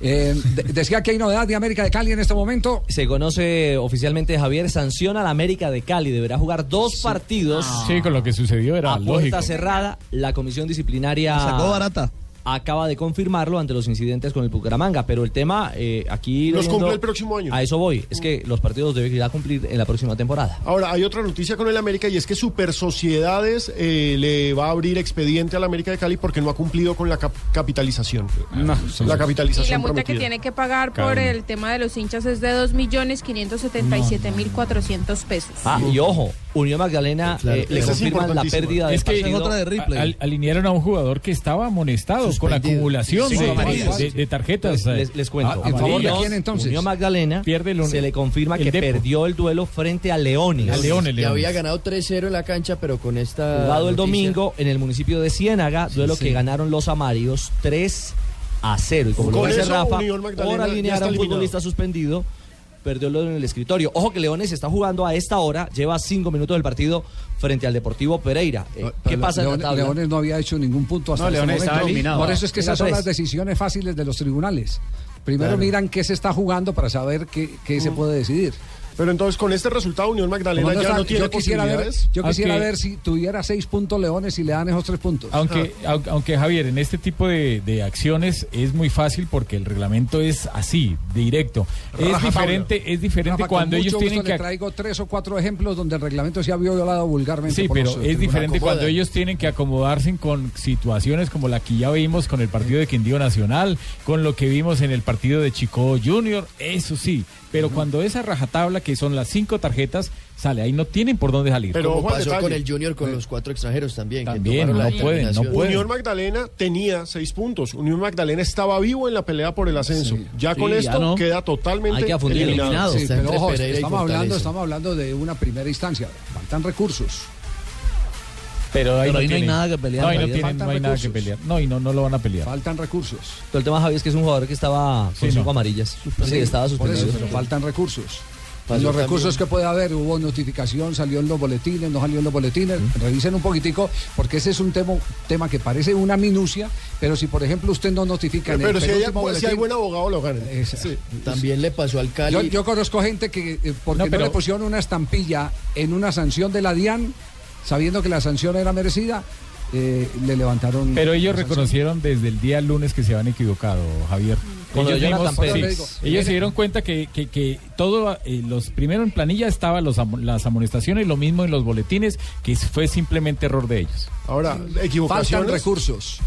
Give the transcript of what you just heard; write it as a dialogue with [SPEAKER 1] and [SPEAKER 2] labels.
[SPEAKER 1] Eh, de- decía que hay novedad de América de Cali en este momento.
[SPEAKER 2] Se conoce oficialmente Javier, sanciona a la América de Cali, deberá jugar dos partidos
[SPEAKER 3] Ah.
[SPEAKER 4] Sí, con lo que sucedió era
[SPEAKER 2] a puerta
[SPEAKER 4] lógico.
[SPEAKER 2] cerrada. La comisión disciplinaria acaba de confirmarlo ante los incidentes con el Bucaramanga, pero el tema eh, aquí...
[SPEAKER 3] Los
[SPEAKER 2] leyendo-
[SPEAKER 3] cumple el próximo año.
[SPEAKER 2] A eso voy, es que los partidos deben ir a cumplir en la próxima temporada.
[SPEAKER 3] Ahora, hay otra noticia con el América y es que Super Sociedades eh, le va a abrir expediente al América de Cali porque no ha cumplido con la cap- capitalización. la capitalización
[SPEAKER 5] Y la multa que
[SPEAKER 3] prometida.
[SPEAKER 5] tiene que pagar por
[SPEAKER 4] Caramba.
[SPEAKER 5] el tema de los hinchas es de 2.577.400 pesos.
[SPEAKER 2] Ah, y ojo, Unión Magdalena eh, le
[SPEAKER 3] Esa es
[SPEAKER 2] confirman la
[SPEAKER 3] importantísima.
[SPEAKER 2] pérdida de
[SPEAKER 4] Es que
[SPEAKER 2] partido.
[SPEAKER 4] a- al- alinearon a un jugador que estaba amonestado con acumulación
[SPEAKER 1] Cinco
[SPEAKER 4] de,
[SPEAKER 1] amarillas.
[SPEAKER 4] de- de tarjetas.
[SPEAKER 2] Les, les- les cuento.
[SPEAKER 4] Ah,
[SPEAKER 1] ¿En favor de
[SPEAKER 4] amarillas.
[SPEAKER 1] quién entonces?
[SPEAKER 2] Unión Magdalena
[SPEAKER 4] Pierde el-
[SPEAKER 2] se le confirma
[SPEAKER 4] el
[SPEAKER 2] que
[SPEAKER 4] Depo.
[SPEAKER 2] perdió el duelo frente a Leones.
[SPEAKER 4] A Leones,
[SPEAKER 6] Que
[SPEAKER 4] Leones.
[SPEAKER 6] había ganado 3-0 en la cancha, pero con esta.
[SPEAKER 2] jugado el
[SPEAKER 6] noticia-
[SPEAKER 2] domingo en el municipio de Ciénaga, duelo que ganaron los amarillos 3 a 0. Y como lo
[SPEAKER 3] Con
[SPEAKER 2] dice
[SPEAKER 3] eso,
[SPEAKER 2] Rafa,
[SPEAKER 3] Unión Magdalena
[SPEAKER 2] por
[SPEAKER 3] ya
[SPEAKER 2] alinear
[SPEAKER 3] está
[SPEAKER 2] a un
[SPEAKER 3] eliminado.
[SPEAKER 2] futbolista suspendido, perdió el duelo en el escritorio. Ojo que Leones está jugando a esta hora, lleva 5 minutos del partido frente al Deportivo Pereira. Eh, ¿Qué
[SPEAKER 1] Pero
[SPEAKER 2] pasa en
[SPEAKER 1] Leones,
[SPEAKER 2] la tabla?
[SPEAKER 1] Leones no había hecho ningún punto hasta
[SPEAKER 7] No,
[SPEAKER 1] este
[SPEAKER 7] Leones
[SPEAKER 1] momento.
[SPEAKER 7] estaba eliminado.
[SPEAKER 1] Por eso es que
[SPEAKER 2] Era
[SPEAKER 1] esas son
[SPEAKER 2] tres.
[SPEAKER 1] las decisiones fáciles de los tribunales. Primero miran qué se está jugando para saber qué, qué se puede decidir.
[SPEAKER 3] Pero entonces, con este resultado, Unión Magdalena
[SPEAKER 1] Como
[SPEAKER 3] ya
[SPEAKER 1] no está-
[SPEAKER 3] no tiene
[SPEAKER 1] yo quisiera ver,
[SPEAKER 3] posibilidades.
[SPEAKER 1] yo quisiera
[SPEAKER 4] Aunque-
[SPEAKER 1] ver si tuviera seis puntos Leones y le dan esos tres puntos.
[SPEAKER 4] Aunque,
[SPEAKER 2] Ah.
[SPEAKER 4] au- aunque Javier, en este tipo de, de acciones es muy fácil porque el reglamento es así, directo. Es
[SPEAKER 1] Rafa
[SPEAKER 4] diferente, es diferente
[SPEAKER 1] Rafa, con
[SPEAKER 4] cuando
[SPEAKER 1] mucho
[SPEAKER 4] ellos
[SPEAKER 1] gusto
[SPEAKER 4] tienen que
[SPEAKER 1] le traigo tres o cuatro ejemplos donde el reglamento se ha violado vulgarmente.
[SPEAKER 4] Sí,
[SPEAKER 1] por
[SPEAKER 4] pero
[SPEAKER 1] los, eh,
[SPEAKER 4] es diferente
[SPEAKER 6] acomodan.
[SPEAKER 4] cuando ellos tienen que acomodarse con situaciones como la que ya vimos con el partido de Quindío Nacional, con lo que vimos en el partido de Chico Junior, eso sí. Pero cuando esa rajatabla, que son las cinco tarjetas, sale ahí, no tienen por dónde salir.
[SPEAKER 3] Pero-
[SPEAKER 6] Como
[SPEAKER 3] Ojo al
[SPEAKER 6] pasó
[SPEAKER 3] detalle.
[SPEAKER 6] con el Junior con los cuatro extranjeros también. que
[SPEAKER 4] También,
[SPEAKER 6] tomaron la
[SPEAKER 4] no pueden, no
[SPEAKER 6] determinación.
[SPEAKER 4] pueden.
[SPEAKER 3] Unión Magdalena tenía seis puntos. Unión Magdalena estaba vivo en la pelea por el ascenso. Ya
[SPEAKER 4] Sí,
[SPEAKER 3] con
[SPEAKER 4] ya
[SPEAKER 3] esto
[SPEAKER 4] no.
[SPEAKER 3] queda totalmente
[SPEAKER 2] Hay que afundir,
[SPEAKER 3] eliminado.
[SPEAKER 2] eliminado.
[SPEAKER 1] Sí,
[SPEAKER 6] Está
[SPEAKER 1] pero
[SPEAKER 6] entre
[SPEAKER 1] ojo,
[SPEAKER 6] Pereira y
[SPEAKER 1] estamos hablando,
[SPEAKER 6] Fortaleza.
[SPEAKER 1] estamos hablando de una primera instancia. Faltan recursos.
[SPEAKER 4] Pero
[SPEAKER 2] Pero
[SPEAKER 4] ahí no,
[SPEAKER 2] ahí no hay
[SPEAKER 4] tienen.
[SPEAKER 2] nada que pelear,
[SPEAKER 4] No, ahí no,
[SPEAKER 2] Javier.
[SPEAKER 4] tienen,
[SPEAKER 1] Faltan
[SPEAKER 4] no hay nada que
[SPEAKER 1] recursos.
[SPEAKER 4] pelear. No, y no, no lo van a pelear.
[SPEAKER 1] Faltan recursos.
[SPEAKER 2] Pero el tema, Javier, es que es un jugador que estaba con
[SPEAKER 4] Pues Sí,
[SPEAKER 2] cinco
[SPEAKER 4] no.
[SPEAKER 2] amarillas. Sí, estaba
[SPEAKER 1] Por eso,
[SPEAKER 2] suspendido.
[SPEAKER 1] pero faltan recursos.
[SPEAKER 6] Pasó
[SPEAKER 1] los
[SPEAKER 6] también.
[SPEAKER 1] recursos que puede haber, hubo notificación, salió en los boletines, no salió en los boletines, revisen un poquitico, porque ese es un tema, tema que parece una minucia, pero si por ejemplo usted no notifica en el
[SPEAKER 3] Pero si hay,
[SPEAKER 1] penúltimo
[SPEAKER 3] si hay
[SPEAKER 1] boletín-
[SPEAKER 3] buen abogado, lo ganan.
[SPEAKER 1] Esa.
[SPEAKER 3] Sí.
[SPEAKER 6] También le pasó al Cali.
[SPEAKER 1] Yo, yo conozco gente que eh, porque
[SPEAKER 4] No,
[SPEAKER 1] no,
[SPEAKER 4] pero-
[SPEAKER 1] le pusieron una estampilla en una sanción de la DIAN, sabiendo que la sanción era merecida, eh, le levantaron.
[SPEAKER 4] Pero ellos
[SPEAKER 1] la sanción.
[SPEAKER 4] reconocieron desde el día lunes que se habían equivocado, Javier.
[SPEAKER 2] Con lo de
[SPEAKER 4] Ellos,
[SPEAKER 2] Jonathan
[SPEAKER 4] mismos- pues,
[SPEAKER 2] Pérez.
[SPEAKER 4] sí, ellos se dieron cuenta que, que, que todo, eh, los primero en planilla estaban los, am- las amonestaciones, lo mismo en los boletines, que fue simplemente error de ellos.
[SPEAKER 3] Ahora,
[SPEAKER 1] Faltan
[SPEAKER 3] equivocaciones.
[SPEAKER 1] recursos.